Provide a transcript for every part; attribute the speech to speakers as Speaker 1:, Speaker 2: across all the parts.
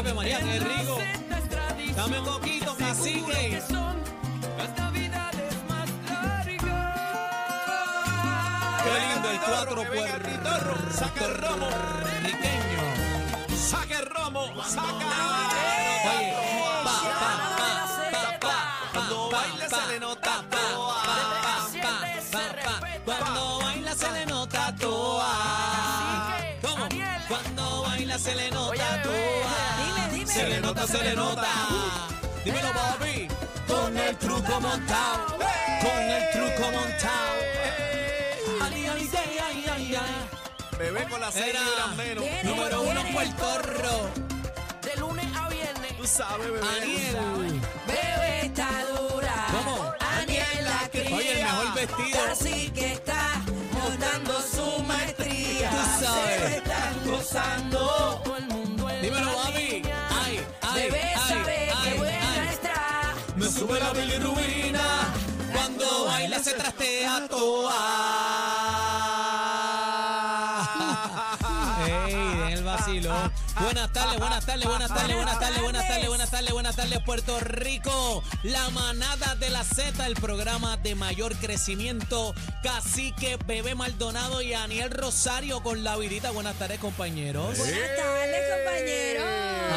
Speaker 1: este Marian, el rico. Dame un coquito, cacique. Qué lindo el cuatro puertorro. Saca el romo, riqueño. Saca el romo, saca. Oye, pa, pa, pa, pa, pa. Cuando baila se le nota toa. Pa, pa, pa, pa. Cuando baila se le nota toa. ¿Cómo? Cuando baila se le nota toa.
Speaker 2: Dime, dime.
Speaker 1: Se le nota, se le nota. Dímelo, papi. Con el truco montado. Con el truco montado. Ay, ay, ay, ay, ay, ay.
Speaker 3: Bebé con las seis
Speaker 1: Era
Speaker 3: libras menos.
Speaker 2: Viene.
Speaker 1: número uno
Speaker 2: viene.
Speaker 1: Puertorro.
Speaker 2: De lunes a viernes.
Speaker 3: Tú sabes, bebé.
Speaker 1: Aniel.
Speaker 2: Bebé está dura.
Speaker 1: ¿Cómo?
Speaker 2: Aniel la cría.
Speaker 1: Oye, el mejor vestido.
Speaker 2: Así que está montando su maestría.
Speaker 1: Tú sabes.
Speaker 2: Se lo están gozando. Todo el mundo en
Speaker 1: Dímelo,
Speaker 2: la
Speaker 1: papi.
Speaker 2: línea.
Speaker 1: Ay, ay,
Speaker 2: Bebé
Speaker 1: ay,
Speaker 2: sabe
Speaker 1: ay,
Speaker 2: que buena
Speaker 1: ay.
Speaker 2: está.
Speaker 1: Me sube la bilirrubina cuando baila se trastea Ah. toa. ¡Ey, den el vacilón! Buenas tardes, buenas tardes, buenas tardes, buenas tardes, buenas tardes, buenas tardes, buenas tardes, Puerto Rico. La manada de la Z, el programa de mayor crecimiento. Cacique, Bebé Maldonado y Aniel Rosario con la vidita. Buenas tardes, compañeros.
Speaker 4: Buenas tardes, compañeros.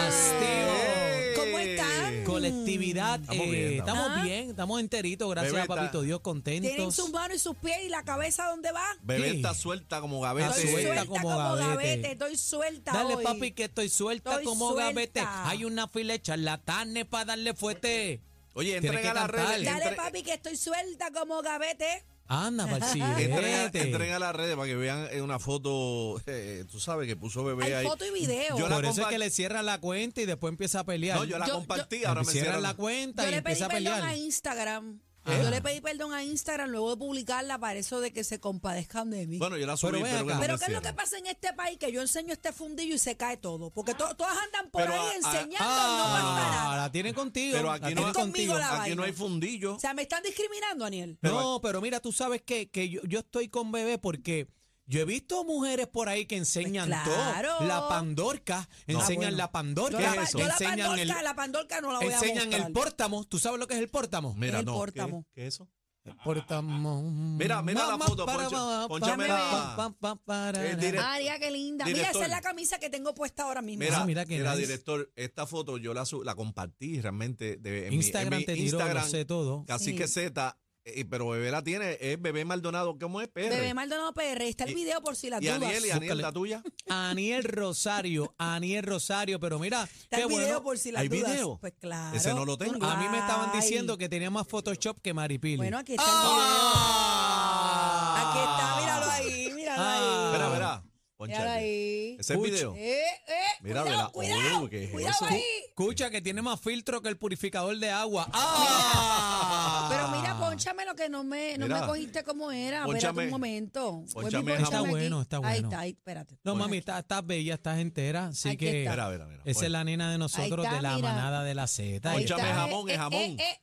Speaker 1: Hastío.
Speaker 4: ¿Cómo están?
Speaker 1: Colectividad,
Speaker 3: Estamos
Speaker 1: eh,
Speaker 3: bien, estamos
Speaker 4: bien.
Speaker 1: estamos
Speaker 4: Ajá.
Speaker 1: bien, estamos enteritos, gracias
Speaker 3: Bebeta.
Speaker 1: a Papito Dios,
Speaker 4: Tienen
Speaker 1: contentos.
Speaker 4: sus manos y sus pies y la cabeza, ¿dónde va?
Speaker 3: Bebé
Speaker 1: Sí.
Speaker 3: está suelta como
Speaker 1: Está
Speaker 3: gavete.
Speaker 4: Estoy
Speaker 1: Ah, suelta
Speaker 4: suelta,
Speaker 1: como
Speaker 4: como,
Speaker 1: gavete.
Speaker 4: gavete. estoy suelta
Speaker 1: Dale,
Speaker 4: hoy.
Speaker 1: papi, que estoy suelta
Speaker 4: Estoy
Speaker 1: como
Speaker 4: suelta.
Speaker 1: gavete. Hay una fila de charlatanes para darle fuerte.
Speaker 3: Oye,
Speaker 1: Tienes
Speaker 3: entren
Speaker 1: que
Speaker 3: a las
Speaker 1: cantar.
Speaker 3: redes.
Speaker 4: Dale,
Speaker 3: entren-
Speaker 4: papi, que estoy suelta como gavete.
Speaker 1: Anda,
Speaker 3: Entren, a- entren
Speaker 1: Valsirete.
Speaker 3: a las redes para que vean eh, una foto, eh, tú sabes que puso bebé
Speaker 4: Hay
Speaker 3: ahí.
Speaker 4: foto y video.
Speaker 3: Yo la
Speaker 1: Por eso es
Speaker 3: compa-
Speaker 1: que le cierra la cuenta y después empieza a pelear.
Speaker 3: No, yo la
Speaker 4: Yo-
Speaker 3: compartí,
Speaker 4: yo-
Speaker 3: ahora
Speaker 1: Le
Speaker 3: me
Speaker 1: cierran
Speaker 3: cierran.
Speaker 1: la cuenta
Speaker 4: Yo
Speaker 1: y
Speaker 4: le pedí
Speaker 1: empieza a
Speaker 4: perdón a
Speaker 1: pelear.
Speaker 4: Instagram.
Speaker 1: Ah.
Speaker 4: Yo le pedí perdón a Instagram luego de publicarla para eso de que se compadezcan de mí.
Speaker 3: Bueno, yo la subí,
Speaker 1: Pero
Speaker 3: pero,
Speaker 1: ven
Speaker 3: que
Speaker 1: acá.
Speaker 3: no
Speaker 4: Pero
Speaker 3: me
Speaker 4: ¿qué es lo que
Speaker 3: cierran.
Speaker 4: pasa en este país? Que yo enseño este fundillo y se cae todo. Porque to- todas andan por
Speaker 3: Pero a- a-
Speaker 4: ahí enseñando, no más
Speaker 1: Ah,
Speaker 4: nada.
Speaker 1: la tienen contigo.
Speaker 3: Pero aquí
Speaker 1: la
Speaker 3: no,
Speaker 1: tienen
Speaker 3: hay-
Speaker 4: conmigo
Speaker 1: contigo.
Speaker 4: la
Speaker 3: aquí no
Speaker 4: vaina.
Speaker 3: hay fundillo.
Speaker 4: O sea, me están discriminando, Aniel.
Speaker 1: No, pero mira, tú sabes que, que yo, yo estoy con bebé porque yo he visto mujeres por ahí que enseñan
Speaker 4: Pues claro.
Speaker 1: todo. La pandorca, enseñan
Speaker 4: bueno.
Speaker 1: la pandorca,
Speaker 4: Yo la, pa-
Speaker 1: eso?
Speaker 4: yo la
Speaker 1: enseñan
Speaker 4: pandorca,
Speaker 1: el,
Speaker 4: la pandorca no la voy a
Speaker 1: enseñan
Speaker 4: mostrar.
Speaker 1: el pórtamo. ¿Tú sabes lo que es el pórtamo?
Speaker 3: Mira,
Speaker 4: el
Speaker 3: no.
Speaker 4: pórtamo.
Speaker 3: ¿Qué, qué es eso?
Speaker 1: El pórtamo.
Speaker 3: Mira, mira la
Speaker 1: Mamá,
Speaker 3: foto,
Speaker 1: para,
Speaker 3: poncha-
Speaker 1: para,
Speaker 3: ponchame
Speaker 1: para,
Speaker 3: la-
Speaker 1: pa, pa, para,
Speaker 3: el directo.
Speaker 4: María, qué linda. Mira,
Speaker 3: Director.
Speaker 4: esa es la camisa que tengo puesta ahora mismo.
Speaker 3: Mira,
Speaker 1: Ah, mira
Speaker 3: mira,
Speaker 1: qué nice.
Speaker 3: director, esta foto yo la, su- la compartí realmente de, en mi-
Speaker 1: Instagram
Speaker 3: en mi
Speaker 1: te tiró, lo
Speaker 3: Instagram,
Speaker 1: sé todo.
Speaker 3: Casi que
Speaker 4: Sí.
Speaker 3: Z, eh, pero Bebé la tiene, es Bebé Maldonado, ¿cómo es? PR.
Speaker 4: Bebé Maldonado PR, está el
Speaker 3: Y-
Speaker 4: video por si las
Speaker 3: y
Speaker 4: dudas.
Speaker 3: Aniel, y Aniel,
Speaker 1: Búscale.
Speaker 3: la tuya.
Speaker 1: Aniel Rosario, Aniel Rosario, pero mira,
Speaker 4: Está
Speaker 1: qué
Speaker 4: el video
Speaker 1: bueno.
Speaker 4: por si las
Speaker 3: ¿Hay
Speaker 4: dudas.
Speaker 3: video?
Speaker 4: Pues claro.
Speaker 3: Ese no lo
Speaker 4: Tú-
Speaker 3: tengo.
Speaker 1: A mí me estaban
Speaker 4: Ay.
Speaker 1: diciendo que tenía más Photoshop que Maripili.
Speaker 4: Bueno, aquí está
Speaker 1: Ah.
Speaker 4: el video. Aquí está, míralo ahí, míralo
Speaker 1: Ah.
Speaker 4: ahí.
Speaker 3: Espera, verá.
Speaker 4: Míralo ahí.
Speaker 3: Ese es
Speaker 1: Puch.
Speaker 3: video.
Speaker 4: Eh, eh,
Speaker 3: Mira,
Speaker 4: cuidado,
Speaker 3: vela.
Speaker 4: cuidado,
Speaker 3: Uy, ¿qué es
Speaker 4: cuidado
Speaker 3: eso?
Speaker 4: ahí.
Speaker 1: Escucha que tiene más filtro que el purificador de agua. ¡Ah!
Speaker 4: Pero mira, ponchame lo que no me, no
Speaker 3: Mira.
Speaker 4: me cogiste como era.
Speaker 3: Pónchame.
Speaker 4: Espérate un momento.
Speaker 3: Pónchame,
Speaker 4: Vuelve y
Speaker 3: Está
Speaker 4: pónchame
Speaker 1: bueno,
Speaker 4: aquí.
Speaker 1: está
Speaker 4: Ahí
Speaker 1: bueno.
Speaker 4: está, ahí, espérate.
Speaker 1: No,
Speaker 4: Pon
Speaker 1: mami,
Speaker 4: aquí.
Speaker 1: estás estás bella, estás entera. Así
Speaker 4: Aquí
Speaker 1: que.
Speaker 4: está.
Speaker 3: Mira, mira, mira.
Speaker 1: Esa es la nena de nosotros
Speaker 4: está,
Speaker 1: de la
Speaker 4: mira.
Speaker 1: manada de la Z.
Speaker 4: Ahí
Speaker 1: Ahí
Speaker 4: está.
Speaker 3: Pónchame
Speaker 1: está.
Speaker 3: jamón, es
Speaker 4: Eh, eh,
Speaker 3: jamón.
Speaker 4: eh, eh,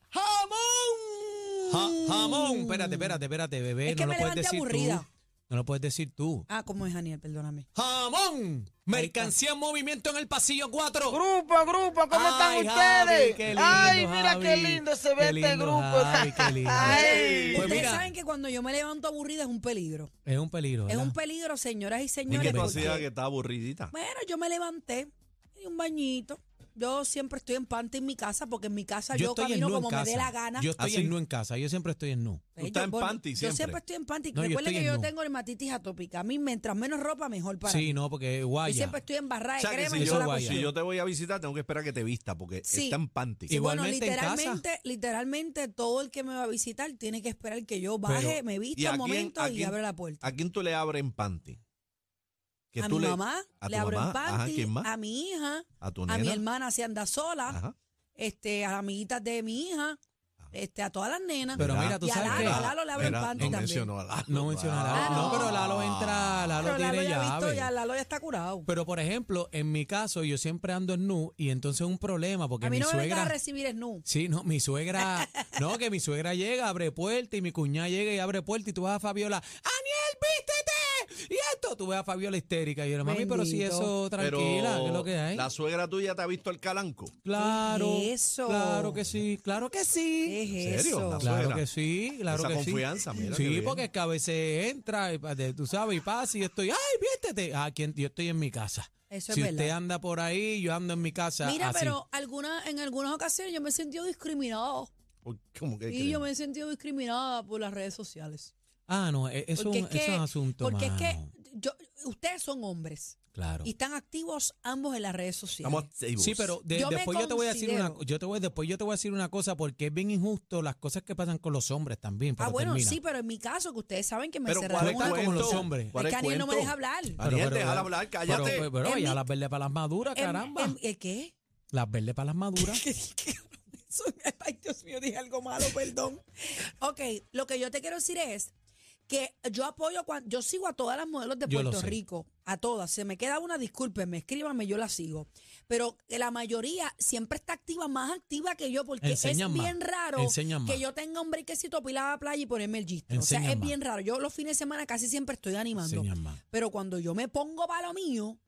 Speaker 4: ¡Jamón!
Speaker 1: Ja- jamón. Espérate, espérate, espérate, bebé.
Speaker 4: Es que
Speaker 1: no
Speaker 4: me
Speaker 1: lo puedes
Speaker 4: levanté
Speaker 1: decir tú.
Speaker 4: aburrida.
Speaker 1: No lo puedes decir tú.
Speaker 4: Ah, ¿cómo es, Daniel? Perdóname.
Speaker 1: ¡Jamón! Mercancía en movimiento en el pasillo 4.
Speaker 5: Grupo, grupo, ¿cómo están
Speaker 1: Ay, Javi,
Speaker 5: ustedes?
Speaker 1: qué lindo,
Speaker 5: Ay, mira qué
Speaker 1: Javi.
Speaker 5: lindo se
Speaker 1: Qué
Speaker 5: ve este
Speaker 1: lindo,
Speaker 5: grupo.
Speaker 1: Javi, qué lindo.
Speaker 5: Ay.
Speaker 1: Pues
Speaker 4: Ustedes
Speaker 1: mira.
Speaker 4: saben que cuando yo me levanto aburrida es un peligro.
Speaker 1: Es un peligro.
Speaker 4: Es
Speaker 1: ¿verdad?
Speaker 4: un peligro, señoras y
Speaker 3: Ni
Speaker 4: señores.
Speaker 3: que tú
Speaker 1: porque-
Speaker 3: hacías que estaba aburridita.
Speaker 4: Bueno, yo me levanté y un bañito. Yo siempre estoy en panty en mi casa porque en mi casa yo,
Speaker 1: estoy en
Speaker 4: camino
Speaker 1: nu en
Speaker 4: como me dé
Speaker 1: casa.
Speaker 4: la gana.
Speaker 1: Yo estoy
Speaker 3: ¿Ah, sí?
Speaker 1: en nu en casa. Yo siempre estoy en nu.
Speaker 4: Pues
Speaker 3: estás en
Speaker 4: bueno,
Speaker 3: panty
Speaker 4: Yo
Speaker 3: siempre.
Speaker 4: siempre estoy en panty.
Speaker 1: No, yo
Speaker 4: Recuerden
Speaker 1: estoy
Speaker 4: que
Speaker 1: en
Speaker 4: yo
Speaker 1: nu.
Speaker 4: tengo dermatitis atópica. A mí, mientras menos ropa, mejor para
Speaker 1: Sí,
Speaker 4: mí.
Speaker 1: no, porque
Speaker 4: Yo
Speaker 1: guaya.
Speaker 4: siempre estoy en barra
Speaker 3: O
Speaker 4: de
Speaker 3: sea, que
Speaker 4: crema
Speaker 3: si
Speaker 4: y
Speaker 1: eso
Speaker 3: yo,
Speaker 4: toda la
Speaker 1: guaya.
Speaker 4: cuestión.
Speaker 3: si yo te voy a visitar, tengo que esperar que te vista, porque
Speaker 4: Sí.
Speaker 3: está en panty.
Speaker 1: Y-
Speaker 4: bueno,
Speaker 1: Igualmente en casa.
Speaker 4: literalmente, literalmente todo el que me va a visitar tiene que esperar que yo baje,
Speaker 1: Pero-
Speaker 4: me
Speaker 3: ¿y a
Speaker 4: vista un
Speaker 3: quién-
Speaker 4: momento
Speaker 3: a
Speaker 4: y
Speaker 3: quién-
Speaker 4: abra la puerta.
Speaker 3: ¿A quién tú le abres en panty? Que
Speaker 4: a
Speaker 3: tú
Speaker 4: mi
Speaker 3: le-
Speaker 4: mamá,
Speaker 3: a
Speaker 4: le
Speaker 3: tu
Speaker 4: abro
Speaker 3: mamá,
Speaker 4: en
Speaker 3: ajá,
Speaker 4: panty,
Speaker 3: ¿quién más?
Speaker 4: a mi hija,
Speaker 3: A tu
Speaker 4: a
Speaker 3: nena.
Speaker 4: mi hermana si anda sola,
Speaker 3: Ajá.
Speaker 4: este, a las amiguitas de mi hija, este, a todas las nenas.
Speaker 1: Pero
Speaker 3: Mira.
Speaker 1: mira, tú
Speaker 4: Y a
Speaker 1: sabes
Speaker 4: Lalo,
Speaker 1: que.
Speaker 4: a Lalo le abren
Speaker 3: Mira,
Speaker 4: panty
Speaker 3: no
Speaker 4: también.
Speaker 3: mencionó a Lalo.
Speaker 1: No mencionar
Speaker 4: Ah,
Speaker 1: No,
Speaker 4: no.
Speaker 1: pero Lalo entra, Lalo
Speaker 4: Pero Lalo
Speaker 1: tiene
Speaker 4: ya ha visto,
Speaker 1: llave.
Speaker 4: ya Lalo ya está curado.
Speaker 1: Pero por ejemplo, en mi caso, yo siempre ando en nu y entonces es un problema porque
Speaker 4: a mí
Speaker 1: mi
Speaker 4: no me vengas
Speaker 1: suegra.
Speaker 4: a recibir es nu.
Speaker 1: Sí, no, mi suegra, no, que mi suegra llega, abre puerta y mi cuñada llega y abre puerta y tú vas a Fabiola, Aniel, vístete. Y esto,
Speaker 6: tú ves a Fabiola histérica. Y yo, mami, pero si
Speaker 4: Bendito.
Speaker 6: eso,
Speaker 3: Pero
Speaker 6: tranquila, que es lo que hay.
Speaker 3: la suegra tuya te ha visto al calanco.
Speaker 6: Claro.
Speaker 4: ¿Qué es eso?
Speaker 6: Claro que sí, claro que sí.
Speaker 4: ¿Qué
Speaker 3: ¿En
Speaker 4: es
Speaker 3: serio?
Speaker 4: eso?
Speaker 3: La-
Speaker 6: Claro
Speaker 3: suegra.
Speaker 6: que sí, claro
Speaker 3: Esa
Speaker 6: que
Speaker 3: confianza,
Speaker 6: sí.
Speaker 3: mira, qué
Speaker 6: Sí,
Speaker 3: bien.
Speaker 6: porque es que a veces entra, y pa- de- tú sabes, y pasa, y estoy, ay, viéstete. Ah, ¿quién? yo estoy en mi casa.
Speaker 4: Eso es
Speaker 6: si usted
Speaker 4: verdad.
Speaker 6: anda por ahí, yo ando en mi casa.
Speaker 4: Mira,
Speaker 6: así.
Speaker 4: pero alguna, en algunas ocasiones yo me he sentido discriminado.
Speaker 3: Uy, ¿Cómo que
Speaker 4: Y yo me he sentido discriminada por las redes sociales.
Speaker 6: Ah, no, e- eso
Speaker 4: Porque
Speaker 6: es
Speaker 4: es
Speaker 6: un,
Speaker 4: que-
Speaker 6: eso es un asunto.
Speaker 4: Porque es
Speaker 6: mano.
Speaker 4: que yo, ustedes son hombres
Speaker 6: Claro.
Speaker 4: y están activos ambos en las redes sociales. Ah,
Speaker 3: Estamos activos.
Speaker 6: Sí, pero de-
Speaker 4: Yo me
Speaker 6: después yo te voy a decir una,
Speaker 4: considero-
Speaker 6: yo te voy, después yo te voy a decir una cosa porque es bien injusto las cosas que pasan con los hombres también.
Speaker 4: ah,
Speaker 6: pero
Speaker 4: bueno,
Speaker 6: termina.
Speaker 4: sí, pero en mi caso, que ustedes saben que me
Speaker 3: Pero ¿cuál
Speaker 4: cerraron
Speaker 3: es
Speaker 6: Cuenta
Speaker 4: una-
Speaker 6: como
Speaker 3: el
Speaker 6: los
Speaker 3: cuento?
Speaker 6: hombres.
Speaker 3: ¿Cuál
Speaker 4: Es
Speaker 3: es
Speaker 4: que Aniel no me
Speaker 3: cuento?
Speaker 4: deja hablar.
Speaker 3: Ariel, déjala hablar, cállate.
Speaker 6: Pero, pero,
Speaker 4: En
Speaker 6: ya
Speaker 4: mi-
Speaker 6: las verdes para las maduras,
Speaker 4: Em-
Speaker 6: Ah, caramba.
Speaker 4: em- ¿El qué?
Speaker 6: las verdes para las maduras.
Speaker 4: ¿Qué dije? Eso- Ay, Dios mío, dije algo malo, perdón. Ok, lo que yo te quiero decir es que yo apoyo, cuan- yo sigo a todas las modelos de
Speaker 6: Yo lo
Speaker 4: Puerto
Speaker 6: sé.
Speaker 4: Rico, a todas. Se me queda una, discúlpenme, escríbame, yo la sigo. Pero la mayoría siempre está activa, más activa que yo, porque
Speaker 6: Enseñan
Speaker 4: es
Speaker 6: más,
Speaker 4: bien raro
Speaker 6: enseñan más.
Speaker 4: que yo tenga un briquecito pilado a la playa y ponerme el gistro. o sea,
Speaker 6: Enseñan
Speaker 4: es
Speaker 6: más.
Speaker 4: bien raro. Yo los fines de semana casi siempre estoy animando.
Speaker 6: Enseñan más.
Speaker 4: Pero cuando yo me pongo para lo mío,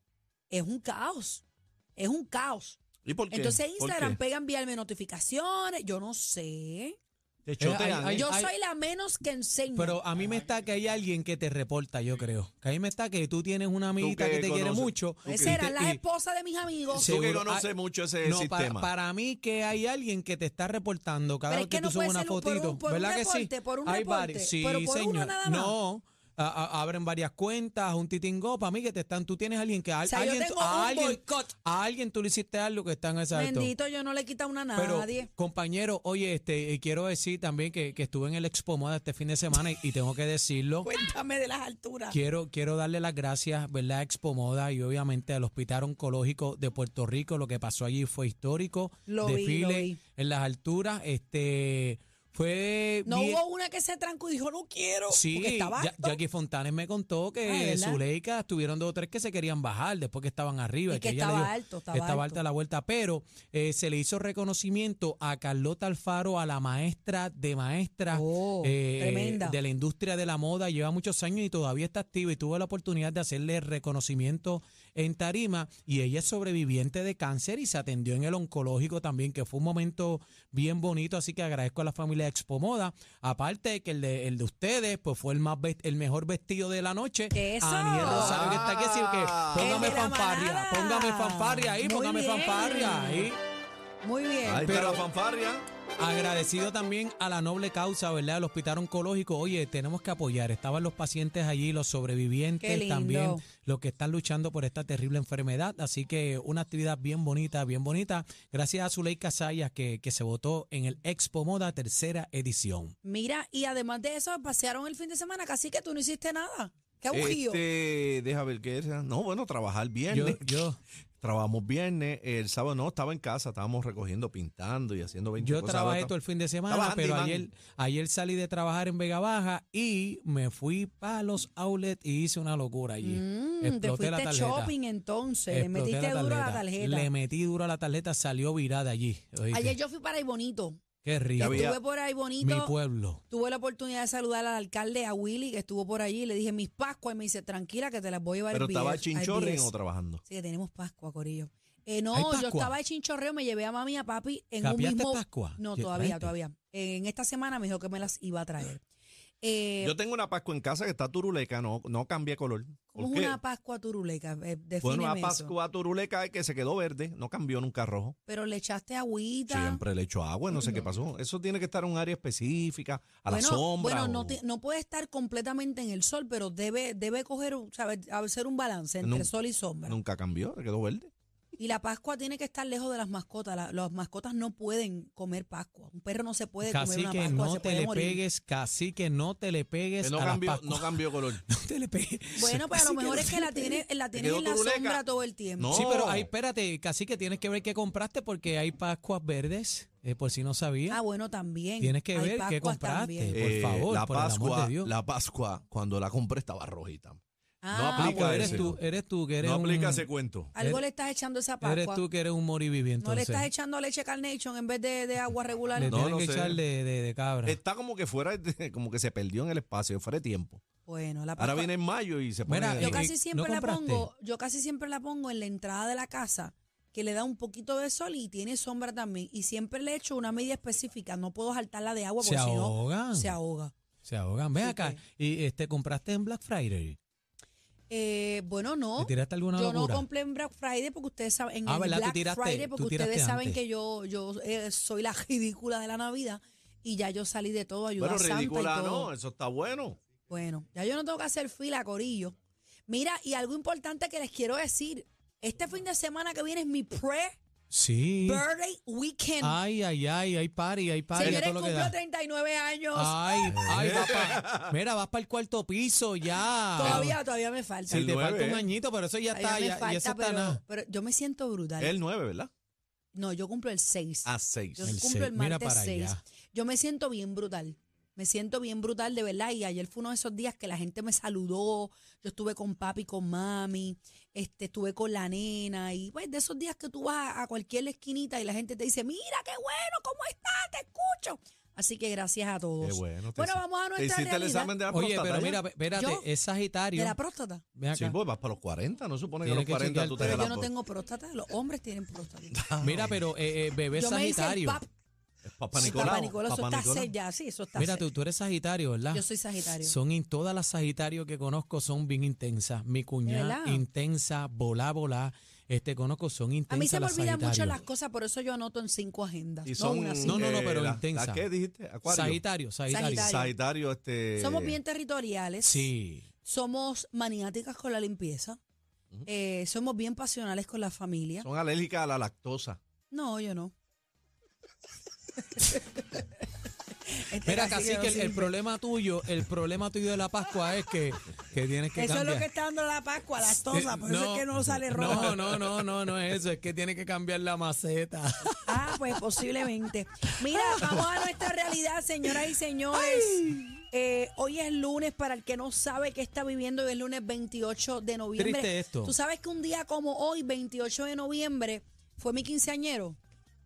Speaker 4: es un caos. Es un caos.
Speaker 3: ¿Y por qué?
Speaker 4: Entonces
Speaker 3: ¿Por
Speaker 4: Instagram
Speaker 3: qué?
Speaker 4: pega a enviarme notificaciones, yo no sé.
Speaker 3: Te chotean.
Speaker 6: Ay,
Speaker 3: ¿eh?
Speaker 4: yo
Speaker 6: ay.
Speaker 4: soy la menos que enseña.
Speaker 6: Pero a mí me está que hay alguien que te reporta, yo creo. Que a mí me está que tú tienes una amiguita
Speaker 3: que
Speaker 6: que te quiere
Speaker 3: conoces-
Speaker 6: mucho.
Speaker 3: tú
Speaker 4: Esas
Speaker 6: y
Speaker 4: eran
Speaker 6: te-
Speaker 4: las
Speaker 6: y-
Speaker 4: esposas de mis amigos.
Speaker 6: Sí,
Speaker 3: Tú que
Speaker 6: seguro.
Speaker 3: conoces
Speaker 6: Ah,
Speaker 3: mucho ese
Speaker 6: no, para-
Speaker 3: este sistema.
Speaker 6: Para, mí que hay alguien que te está reportando cada
Speaker 4: Pero
Speaker 6: vez
Speaker 4: es
Speaker 6: que,
Speaker 4: que
Speaker 6: tú
Speaker 4: no
Speaker 6: subes
Speaker 4: puede
Speaker 6: una
Speaker 4: ser un- por
Speaker 6: fotito.
Speaker 4: un- por un
Speaker 6: ¿Verdad que sí?
Speaker 4: reporte, por un
Speaker 6: hay
Speaker 4: reporte,
Speaker 6: varios. Sí,
Speaker 4: pero por uno
Speaker 6: señor.
Speaker 4: nada más.
Speaker 6: No. a- a- abren varias cuentas, un titingo, para mí que te están, tú tienes alguien que a,
Speaker 4: O sea, yo
Speaker 6: alguien,
Speaker 4: tengo
Speaker 6: a
Speaker 4: un
Speaker 6: alguien,
Speaker 4: boicot.
Speaker 6: a alguien tú le hiciste algo que están exacto.
Speaker 4: Bendito, yo no le quita una a
Speaker 6: Pero,
Speaker 4: nadie.
Speaker 6: compañero, oye, este, eh, quiero decir también que, que estuve en el Expo Moda este fin de semana y, y tengo que decirlo.
Speaker 4: Cuéntame de las alturas.
Speaker 6: Quiero, quiero darle las gracias, ¿verdad? A Expo Moda y obviamente al Hospital Oncológico de Puerto Rico. Lo que pasó allí fue histórico.
Speaker 4: Lo vi,
Speaker 6: desfile
Speaker 4: lo vi.
Speaker 6: en las alturas. Este fue
Speaker 4: No
Speaker 6: bien-
Speaker 4: hubo una que se trancó y dijo, no quiero.
Speaker 6: Sí,
Speaker 4: porque estaba
Speaker 6: Ya-
Speaker 4: harto.
Speaker 6: Jackie Fontanes me contó
Speaker 4: Ah,
Speaker 6: que
Speaker 4: ¿de verdad?
Speaker 6: Zuleika estuvieron dos o tres que se querían bajar después que estaban arriba.
Speaker 4: Y que
Speaker 6: ella le
Speaker 4: estaba
Speaker 6: dio-
Speaker 4: alto, estaba
Speaker 6: estaba
Speaker 4: alto.
Speaker 6: alta la vuelta. Pero eh, se le hizo reconocimiento a Carlota Alfaro, a la maestra de maestras
Speaker 4: Oh,
Speaker 6: eh,
Speaker 4: tremenda.
Speaker 6: de la industria de la moda. Lleva muchos años y todavía está activa. Y tuve la oportunidad de hacerle reconocimiento en Tarima. Y ella es sobreviviente de cáncer y se atendió en el oncológico también, que fue un momento bien bonito. Así que agradezco a la familia de Expo Moda. Aparte de que el de, el de ustedes, pues fue el más vest- el mejor vestido de la noche.
Speaker 4: ¡Eso!
Speaker 6: Aniel Rosario que está aquí, así que
Speaker 4: El
Speaker 6: póngame
Speaker 4: de la
Speaker 6: fanfarria,
Speaker 4: manada.
Speaker 6: póngame fanfarria ahí,
Speaker 4: Muy
Speaker 6: póngame
Speaker 4: bien.
Speaker 6: fanfarria ahí.
Speaker 4: Muy bien.
Speaker 3: Ahí
Speaker 6: pero-
Speaker 3: está la fanfarria.
Speaker 6: Agradecido también a la noble causa, ¿verdad? Al hospital oncológico. Oye, tenemos que apoyar. Estaban los pacientes allí, los
Speaker 4: Qué
Speaker 6: sobrevivientes
Speaker 4: lindo.
Speaker 6: también, los que están luchando por esta terrible enfermedad. Así que una actividad bien bonita, bien bonita. Gracias a Zuleika Sayas que, que se votó en el Expo Moda tercera edición.
Speaker 4: Mira, y además de eso, pasearon el fin de semana, casi que tú no hiciste nada. Qué aburrido.
Speaker 3: Este, deja ver qué es. No, bueno, trabajar
Speaker 6: Yo,
Speaker 3: viernes.
Speaker 6: yo,
Speaker 3: Trabajamos viernes. El sábado no, estaba en casa. Estábamos recogiendo, pintando y haciendo 20
Speaker 6: yo
Speaker 3: cosas.
Speaker 6: trabajé
Speaker 3: Ahora
Speaker 6: todo el fin de semana,
Speaker 3: Trabajaste,
Speaker 6: pero
Speaker 3: Iván.
Speaker 6: ayer, ayer salí de trabajar en Vega Baja y me fui para los outlets y hice una locura allí.
Speaker 4: Mm, te
Speaker 6: Exploté
Speaker 4: fuiste
Speaker 6: la tarjeta.
Speaker 4: shopping entonces, le
Speaker 6: Eh, Exploté
Speaker 4: metiste duro a la tarjeta.
Speaker 6: Le metí duro a la tarjeta, salió virada allí. ¿oíste?
Speaker 4: Ayer yo fui para ahí bonito.
Speaker 6: Qué rico.
Speaker 3: Ya había-
Speaker 4: Estuve por ahí bonito.
Speaker 6: Mi pueblo.
Speaker 4: Tuve la oportunidad de saludar al alcalde, a Willy, que estuvo por allí. Le dije mis Pascuas y me dice, tranquila, que te las voy a llevar
Speaker 3: Pero
Speaker 4: al
Speaker 3: estaba
Speaker 4: BS, al
Speaker 3: chinchorren
Speaker 4: BS".
Speaker 3: o trabajando.
Speaker 4: Sí, que tenemos Pascua, Corillo. Eh,
Speaker 6: ¿Hay
Speaker 4: no, yo
Speaker 6: Pascua?
Speaker 4: estaba de chinchorreo, me llevé a mami y a papi en un
Speaker 6: ¿Capiaste
Speaker 4: mismo.
Speaker 6: Pascua?
Speaker 4: No,
Speaker 6: ¿Qué
Speaker 4: todavía,
Speaker 6: traiste?
Speaker 4: todavía. En esta semana me dijo que me las iba a traer. Eh,
Speaker 3: Yo tengo una Pascua en casa que está turuleca, no, no cambié color.
Speaker 4: ¿Cómo
Speaker 3: ¿Por
Speaker 4: es
Speaker 3: qué?
Speaker 4: una Pascua turuleca? Eh,
Speaker 3: Bueno, una
Speaker 4: defíneme eso.
Speaker 3: Pascua turuleca es que se quedó verde, no cambió nunca a rojo.
Speaker 4: Pero le echaste agüita.
Speaker 3: Siempre le echo agua, no sé qué pasó. Eso tiene que estar en un área específica, a la
Speaker 4: bueno,
Speaker 3: sombra.
Speaker 4: bueno,
Speaker 3: o-
Speaker 4: no, te- no puede estar completamente en el sol, pero debe, debe coger, un- saber, hacer un balance entre
Speaker 3: Nun-
Speaker 4: sol y sombra.
Speaker 3: Nunca cambió, se quedó verde.
Speaker 4: Y la Pascua tiene que estar lejos de las mascotas. La- las mascotas no pueden comer Pascua. Un perro no se puede
Speaker 6: Casi
Speaker 4: comer una
Speaker 6: que
Speaker 4: Pascua,
Speaker 6: no
Speaker 4: se
Speaker 6: te
Speaker 4: puede
Speaker 6: le
Speaker 4: morir.
Speaker 6: pegues, casi que no te le
Speaker 3: Que
Speaker 6: pegues
Speaker 3: no
Speaker 6: a la
Speaker 3: cambió,
Speaker 6: Pascua.
Speaker 3: no cambió color.
Speaker 6: No te le pegues.
Speaker 4: Bueno, pero a lo
Speaker 6: Casi que
Speaker 4: mejor
Speaker 6: no
Speaker 4: es
Speaker 6: te
Speaker 4: que
Speaker 6: le
Speaker 4: la tienes, la tienes
Speaker 3: quedó
Speaker 4: en la
Speaker 3: turuleca.
Speaker 4: sombra todo el tiempo.
Speaker 3: No.
Speaker 6: Sí, pero ahí, espérate, casi que tienes que ver qué compraste porque hay Pascuas verdes, eh, por si no sabía.
Speaker 4: Ah, bueno, también.
Speaker 6: Tienes que
Speaker 4: Hay
Speaker 6: ver qué
Speaker 4: Pascuas
Speaker 6: compraste.
Speaker 4: también.
Speaker 6: Por favor,
Speaker 3: Eh, la
Speaker 6: por el amor
Speaker 3: Pascua,
Speaker 6: de Dios.
Speaker 3: la Pascua, cuando la compré estaba rojita. No
Speaker 4: Ah,
Speaker 3: aplica
Speaker 4: bueno.
Speaker 3: ese.
Speaker 6: pues eres tú, eres tú que eres
Speaker 3: no
Speaker 6: un-
Speaker 3: aplica ese cuento.
Speaker 4: Algo
Speaker 6: Eres-
Speaker 4: le estás echando esa
Speaker 6: Eres
Speaker 4: pascua.
Speaker 6: tú que eres un moribibi,
Speaker 4: No le
Speaker 6: entonces.
Speaker 4: estás echando leche Carnation en vez de, de agua regular.
Speaker 6: Le
Speaker 3: No,
Speaker 6: tienen
Speaker 3: no
Speaker 6: que
Speaker 3: sé. Eh,
Speaker 6: echar de, de- de cabra.
Speaker 3: Está como que fuera, de- como que se perdió en el espacio, fuera de tiempo.
Speaker 4: Bueno, la
Speaker 3: Ahora
Speaker 4: pascua-
Speaker 3: viene en mayo y se pone.
Speaker 6: Mira,
Speaker 4: Yo
Speaker 6: Eh,
Speaker 4: casi
Speaker 6: ¿no
Speaker 4: siempre la
Speaker 6: compraste?
Speaker 4: pongo, yo casi siempre la pongo en la entrada de la casa, que le da un poquito de sol y tiene sombra también. Y siempre le echo una medida específica, no puedo saltarla de agua
Speaker 6: Se
Speaker 4: porque si no
Speaker 6: ahogan.
Speaker 4: se ahoga.
Speaker 6: Se ahogan. Ven
Speaker 4: Sí,
Speaker 6: acá.
Speaker 4: que-
Speaker 6: Y este compraste en Black Friday.
Speaker 4: Eh, bueno, no.
Speaker 6: ¿Te tiraste alguna
Speaker 4: Yo no
Speaker 6: locura?
Speaker 4: compré en Black Friday porque ustedes saben, en
Speaker 6: Ah,
Speaker 4: el
Speaker 6: ¿verdad? Tú
Speaker 4: Black
Speaker 6: tiraste-
Speaker 4: Friday
Speaker 6: tú
Speaker 4: porque ustedes
Speaker 6: tiraste
Speaker 4: saben
Speaker 6: antes.
Speaker 4: que yo, yo eh, soy la ridícula de la Navidad y ya yo salí de todo, ayuda
Speaker 3: Bueno,
Speaker 4: a Santa y
Speaker 3: ridícula
Speaker 4: todo.
Speaker 3: no, eso está bueno.
Speaker 4: Bueno, ya yo no tengo que hacer fila, Corillo. Mira, y algo importante que les quiero decir. Este fin de semana que viene es mi pre-birthday
Speaker 6: Sí.
Speaker 4: weekend.
Speaker 6: Ay, ay, ay, hay party, hay party. a
Speaker 4: Señores,
Speaker 6: todo lo que da. Ah,
Speaker 4: cumplo 39 años.
Speaker 6: Ay,
Speaker 3: Eh.
Speaker 6: ay, papá. Mira, vas para el cuarto piso ya.
Speaker 4: todavía, todavía me falta.
Speaker 6: Si
Speaker 3: El
Speaker 6: te
Speaker 3: nueve,
Speaker 6: falta un
Speaker 3: ¿eh?
Speaker 6: añito, pero eso ya
Speaker 4: Todavía
Speaker 6: está,
Speaker 4: me
Speaker 6: ya, ya
Speaker 4: falta,
Speaker 6: eso está
Speaker 4: pero,
Speaker 6: nada.
Speaker 4: pero yo me siento brutal.
Speaker 3: El 9, ¿verdad?
Speaker 4: no, yo cumplo el 6.
Speaker 3: A 6.
Speaker 4: Yo
Speaker 6: El
Speaker 4: cumplo el
Speaker 6: seis, mira
Speaker 4: martes
Speaker 6: para
Speaker 4: 6.
Speaker 6: allá.
Speaker 4: Yo me siento bien brutal. Me siento bien brutal, de verdad. Y ayer fue uno de esos días que la gente me saludó. Yo estuve con papi, con mami. Este, estuve con la nena. Y pues de esos días que tú vas a, a cualquier esquinita y la gente te dice, mira, qué bueno, ¿cómo estás? Te escucho. Así que gracias a todos.
Speaker 3: Qué bueno. te
Speaker 4: Bueno,
Speaker 3: hici-
Speaker 4: vamos a
Speaker 3: Te
Speaker 4: nuestra
Speaker 3: hiciste el
Speaker 4: realidad.
Speaker 3: examen de la
Speaker 6: Oye,
Speaker 3: próstata
Speaker 6: pero
Speaker 3: ya?
Speaker 6: mira, espérate,
Speaker 4: Yo-
Speaker 6: es Sagitario.
Speaker 4: de la próstata.
Speaker 6: Ven acá.
Speaker 3: Sí, pues vas para los 40, no supone que a los
Speaker 6: Tienes que
Speaker 3: 40 tú te
Speaker 6: chequearte.
Speaker 4: Pero
Speaker 3: das
Speaker 4: yo
Speaker 3: la
Speaker 4: no
Speaker 3: voz.
Speaker 4: tengo próstata. Los hombres tienen próstata.
Speaker 6: Mira, pero eh, eh, bebé
Speaker 4: Ah. yo me hice el
Speaker 6: Sagitario.
Speaker 4: pap.
Speaker 3: Es Papá
Speaker 4: Sí,
Speaker 3: Nicolau.
Speaker 4: Papá Nicolau, eso
Speaker 3: Papá
Speaker 4: está
Speaker 3: Nicolau.
Speaker 4: sellado. Sí, eso está
Speaker 6: Mira,
Speaker 4: sellado.
Speaker 6: tú, tú eres Sagitario, ¿verdad?
Speaker 4: Yo soy Sagitario.
Speaker 6: Son in- todas las Sagitarios que conozco son bien intensas. Mi cuñada,
Speaker 4: verdad?
Speaker 6: intensa, volá, volá. Este conozco son intensas.
Speaker 4: A mí se me
Speaker 6: las
Speaker 4: olvidan mucho
Speaker 6: Sagitario.
Speaker 4: las cosas, por eso yo anoto en cinco agendas.
Speaker 3: Y
Speaker 4: no
Speaker 3: son,
Speaker 4: una, sí.
Speaker 6: No, no, no,
Speaker 3: eh,
Speaker 6: pero
Speaker 3: la-
Speaker 6: intensa.
Speaker 3: ¿La qué dijiste? Acuario.
Speaker 6: Sagitario, Sagitario.
Speaker 4: Sagitario.
Speaker 3: Sagitario, este.
Speaker 4: Somos bien territoriales.
Speaker 6: Sí.
Speaker 4: Somos maniáticas con la limpieza. eh, somos bien pasionales con la familia.
Speaker 3: Son alérgicas a la lactosa.
Speaker 4: No, yo no. Este
Speaker 6: Mira,
Speaker 4: cacique
Speaker 6: casi
Speaker 4: no
Speaker 6: que el, el
Speaker 4: sirve.
Speaker 6: problema tuyo, el problema tuyo de la Pascua es que, que tienes que
Speaker 4: Eso
Speaker 6: cambiar.
Speaker 4: es lo que está dando la Pascua, las tosas, por eso es que no sale rojo.
Speaker 6: No, no, no, no, no es eso, es que tiene que cambiar la maceta.
Speaker 4: Ah, pues posiblemente. Mira,
Speaker 6: Ah.
Speaker 4: vamos a nuestra realidad, señoras y señores. Eh, hoy es lunes, para el que no sabe qué está viviendo, hoy es lunes 28 de noviembre.
Speaker 6: Triste esto.
Speaker 4: Tú sabes que un día como hoy, 28 de noviembre, fue mi quinceañero.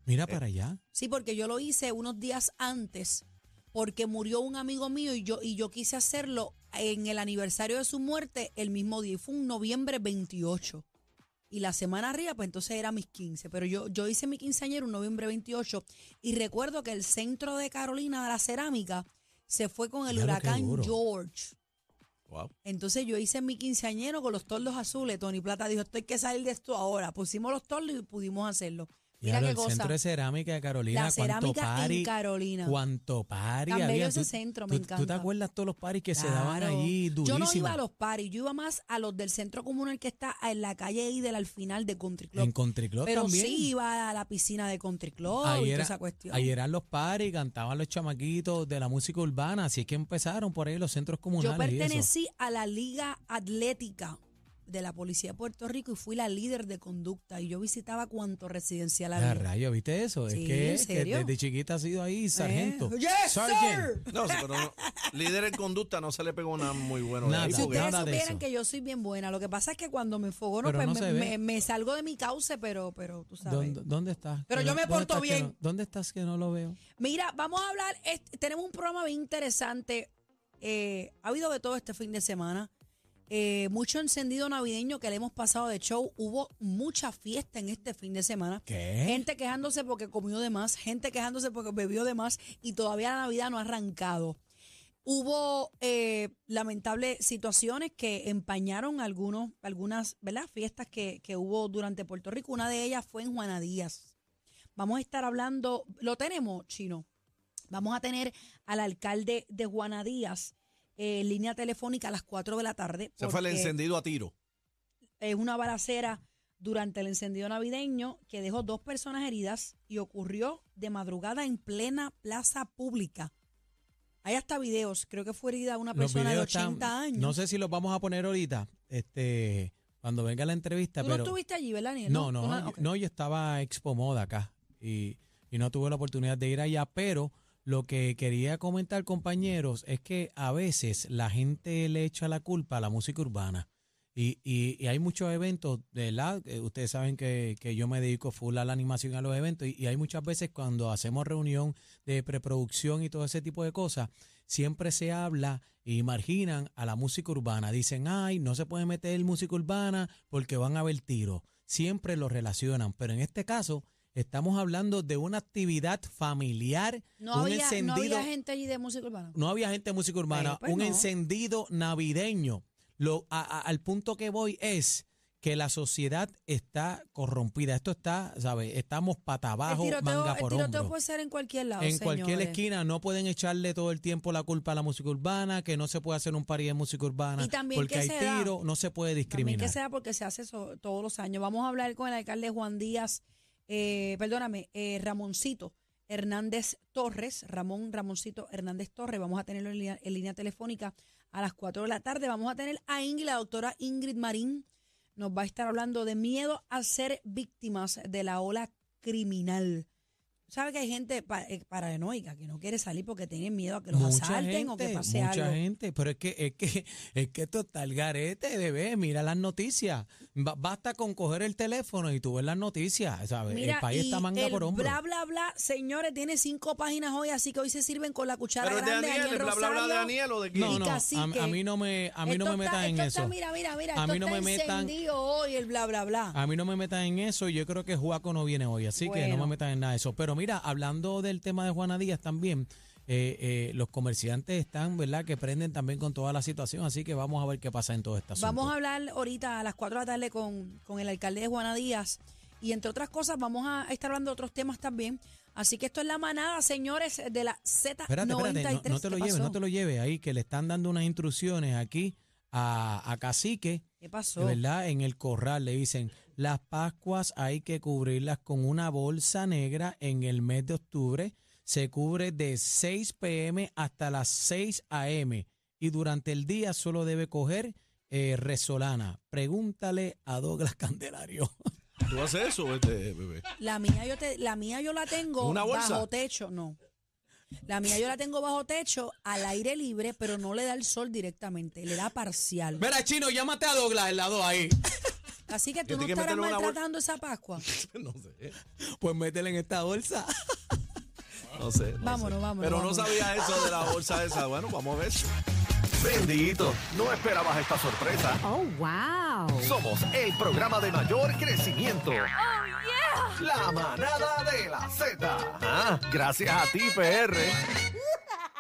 Speaker 6: Mira para allá.
Speaker 4: Sí, porque yo lo hice unos días antes, porque murió un amigo mío y yo, y yo quise hacerlo en el aniversario de su muerte el mismo día. Y fue un noviembre 28. Y la semana arriba, pues entonces era mis 15. Pero yo, yo hice mi quinceañero un noviembre 28. Y recuerdo que el centro de Carolina de la Cerámica se fue con el
Speaker 6: Claro, qué
Speaker 4: huracán
Speaker 6: duro.
Speaker 4: George.
Speaker 3: Wow.
Speaker 4: Entonces yo hice mi quinceañero con los tordos azules. Tony Plata dijo, esto hay que salir de esto ahora. Pusimos los tordos y pudimos hacerlo. Mira
Speaker 6: Diablo,
Speaker 4: qué
Speaker 6: el
Speaker 4: cosa.
Speaker 6: centro de cerámica de Carolina,
Speaker 4: La
Speaker 6: cuánto
Speaker 4: cerámica en
Speaker 6: party,
Speaker 4: Carolina.
Speaker 6: cuánto party
Speaker 4: Tan bello
Speaker 6: había.
Speaker 4: ese
Speaker 6: Tú-
Speaker 4: centro, me
Speaker 6: tú- ¿Tú te
Speaker 4: encanta.
Speaker 6: acuerdas todos los paris que se daban
Speaker 4: Claro.
Speaker 6: allí
Speaker 4: Yo
Speaker 6: durísimo?
Speaker 4: no iba a los paris, yo iba más a los del centro comunal que está en la calle Idel al final de Country Club.
Speaker 6: En Country Club
Speaker 4: pero
Speaker 6: también.
Speaker 4: sí iba a la piscina de Country Club y
Speaker 6: Ahí,
Speaker 4: toda
Speaker 6: era-
Speaker 4: esa cuestión.
Speaker 6: ahí eran los paris, cantaban los chamaquitos de la música urbana, así es que empezaron por ahí los centros comunales.
Speaker 4: yo
Speaker 6: y eso.
Speaker 4: pertenecí a la Liga Atlética de la Policía de Puerto Rico y fui la líder de conducta y yo visitaba cuanto residencial
Speaker 6: Ah,
Speaker 4: había.
Speaker 6: rayo, ¿viste eso?
Speaker 4: Sí,
Speaker 6: es que,
Speaker 4: ¿en
Speaker 6: es que
Speaker 4: serio?
Speaker 6: desde chiquita ha sido ahí sargento.
Speaker 4: Eh, yes,
Speaker 6: Sergeant.
Speaker 4: sir.
Speaker 3: No, sí, pero no, líder en conducta no se le pegó nada muy bueno de ahí,
Speaker 6: Nada.
Speaker 4: Si
Speaker 3: porque-
Speaker 4: ustedes
Speaker 6: nada de
Speaker 4: supieran
Speaker 6: eso.
Speaker 4: que yo soy bien buena, lo que pasa es que cuando me enfogono,
Speaker 6: Pero
Speaker 4: pues
Speaker 6: no
Speaker 4: me,
Speaker 6: se ve.
Speaker 4: me- me salgo de mi cauce, pero, pero tú sabes.
Speaker 6: ¿Dónde, dónde estás?
Speaker 4: Pero
Speaker 6: Que
Speaker 4: yo
Speaker 6: no-
Speaker 4: me
Speaker 6: ¿dónde
Speaker 4: porto
Speaker 6: estás que
Speaker 4: bien.
Speaker 6: no- ¿Dónde estás que no lo veo?
Speaker 4: Mira, vamos a hablar, es- tenemos un programa bien interesante. eh, ha habido de todo este fin de semana. Eh, mucho encendido navideño que le hemos pasado de show. Hubo mucha fiesta en este fin de semana.
Speaker 6: ¿Qué?
Speaker 4: Gente quejándose porque comió de más, gente quejándose porque bebió de más y todavía la Navidad no ha arrancado. Hubo eh, lamentables situaciones que empañaron algunos, algunas ¿verdad? fiestas que, que hubo durante Puerto Rico. Una de ellas fue en Juana Díaz. Vamos a estar hablando, lo tenemos, Chino. Vamos a tener al alcalde de Juana Díaz eh, en línea telefónica a las 4 de la tarde.
Speaker 3: Se fue el
Speaker 4: porque-
Speaker 3: encendido a tiro.
Speaker 4: es una balacera durante el encendido navideño que dejó dos personas heridas y ocurrió de madrugada en plena plaza pública. Hay hasta videos, creo que fue herida una persona de 80 años.
Speaker 6: No sé si los vamos a poner ahorita, este, cuando venga la entrevista,
Speaker 4: Tú no
Speaker 6: pero...
Speaker 4: estuviste allí, ¿verdad, Daniel?
Speaker 6: no,
Speaker 4: Tú
Speaker 6: no, yo-
Speaker 4: ok.
Speaker 6: no, yo estaba a Expo Moda acá y, y no tuve la oportunidad de ir allá, pero lo que quería comentar, compañeros, es que a veces la gente le echa la culpa a la música urbana. Y, y- y hay muchos eventos, de ¿verdad? Eh, Ustedes saben que, que yo me dedico full a la animación y a los eventos. Y, y hay muchas veces cuando hacemos reunión de preproducción y todo ese tipo de cosas, siempre se habla y marginan a la música urbana. Dicen, ay, no se puede meter música urbana porque van a haber tiros. Siempre lo relacionan. Pero en este caso, estamos hablando de una actividad familiar,
Speaker 4: No
Speaker 6: un
Speaker 4: había, no
Speaker 6: encendido
Speaker 4: había gente allí de música urbana.
Speaker 6: no había gente de música urbana,
Speaker 4: Bueno, pues
Speaker 6: un
Speaker 4: no.
Speaker 6: encendido navideño. Lo, a- a- al punto que voy es que la sociedad está corrompida. Esto está, ¿sabes? Estamos pata
Speaker 4: El
Speaker 6: abajo,
Speaker 4: tiroteo,
Speaker 6: manga
Speaker 4: el
Speaker 6: por
Speaker 4: tiroteo
Speaker 6: hombro.
Speaker 4: puede ser en cualquier lado.
Speaker 6: En cualquier
Speaker 4: Oh, señores.
Speaker 6: esquina no pueden echarle todo el tiempo la culpa a la música urbana, que no se puede hacer un party de música urbana,
Speaker 4: Y también
Speaker 6: porque
Speaker 4: que
Speaker 6: hay
Speaker 4: se da-
Speaker 6: tiro, no se puede
Speaker 4: También que
Speaker 6: discriminar.
Speaker 4: sea porque se hace eso todos los años. Vamos a hablar con el alcalde Juan Díaz, eh, perdóname, eh, Ramoncito Hernández Torres, Ramón Ramoncito Hernández Torres. Vamos a tenerlo en línea, en línea telefónica a las 4 de la tarde. Vamos a tener a Ingrid, la doctora Ingrid Marín, nos va a estar hablando de miedo a ser víctimas de la ola criminal. ¿Sabe que hay gente pa- eh, paranoica que no quiere salir porque tienen miedo a que los asalten o que pase
Speaker 6: mucha
Speaker 4: algo?
Speaker 6: gente, pero es que, es que, es que esto está el garete, bebé, mira las noticias. Ba- basta con coger el teléfono y tú ves las noticias, ¿sabes?
Speaker 4: Mira,
Speaker 6: Pues, el país está
Speaker 4: y
Speaker 6: manga
Speaker 4: el
Speaker 6: por hombro.
Speaker 4: Bla, bla, bla, señores, tiene cinco páginas hoy, así que hoy se sirven con la cuchara
Speaker 3: Pero es de
Speaker 4: grande.
Speaker 3: Daniel, el
Speaker 4: Daniel
Speaker 3: bla, bla, bla de
Speaker 4: Rosario.
Speaker 3: Daniel o de quién.
Speaker 6: no,
Speaker 4: y
Speaker 6: no, a,
Speaker 4: cacique.
Speaker 6: a mí no me, a mí no
Speaker 4: Esto
Speaker 6: me
Speaker 4: está-
Speaker 6: metan en
Speaker 4: esto está-
Speaker 6: eso.
Speaker 4: mira, mira, mira,
Speaker 6: a mí
Speaker 4: esto
Speaker 6: no me
Speaker 4: está
Speaker 6: metan, Ah,
Speaker 4: encendido hoy el bla, bla, bla.
Speaker 6: a mí no me metan en eso. Yo creo que Juaco no viene hoy, así que no
Speaker 4: Bueno.
Speaker 6: me metan en nada de eso. Pero mira, hablando del tema de Juana Díaz también. eh, eh, los comerciantes están, ¿verdad? Que prenden también con toda la situación, así que vamos a ver qué pasa en todo este asunto.
Speaker 4: Vamos a hablar ahorita a las 4 de la tarde con, con el alcalde de Juana Díaz. Y entre otras cosas, vamos a estar hablando de otros temas también. Así que esto es la manada, señores, de la Z93.
Speaker 6: Espérate, espérate, no- no, te lo
Speaker 4: ¿Qué
Speaker 6: lleves, no
Speaker 4: pasó?
Speaker 6: te lo lleves ahí, que le están dando unas instrucciones aquí a, a Cacique,
Speaker 4: ¿Qué pasó?
Speaker 6: de ¿verdad? En el corral le dicen, las Pascuas hay que cubrirlas con una bolsa negra en el mes de octubre, se cubre de 6 pm hasta las 6 am y durante el día solo debe coger eh, resolana. Pregúntale a Douglas Candelario.
Speaker 3: ¿Tú haces eso, este, bebé?
Speaker 4: La mía yo te, la mía yo la tengo
Speaker 3: ¿Una bolsa?
Speaker 4: bajo techo, no. La mía yo la tengo bajo techo, al aire libre, pero no le da el sol directamente, le da parcial.
Speaker 6: Mira, chino, llámate a Douglas, el lado ahí.
Speaker 4: Así que
Speaker 3: Yo
Speaker 4: tú no
Speaker 3: tengo que
Speaker 4: estarás
Speaker 3: meterlo en una bolsa.
Speaker 4: maltratando esa Pascua.
Speaker 3: No sé,
Speaker 6: Pues métele en esta bolsa.
Speaker 3: no sé. no sé.
Speaker 4: Vámonos, vámonos,
Speaker 3: Pero
Speaker 4: vámonos.
Speaker 3: no sabía eso de la bolsa esa. Bueno, vamos a ver.
Speaker 7: Bendito, no esperabas esta sorpresa.
Speaker 8: Oh, wow. Oh,
Speaker 7: Somos el programa de mayor crecimiento. La manada de la Z. Ah, gracias a ti, PR.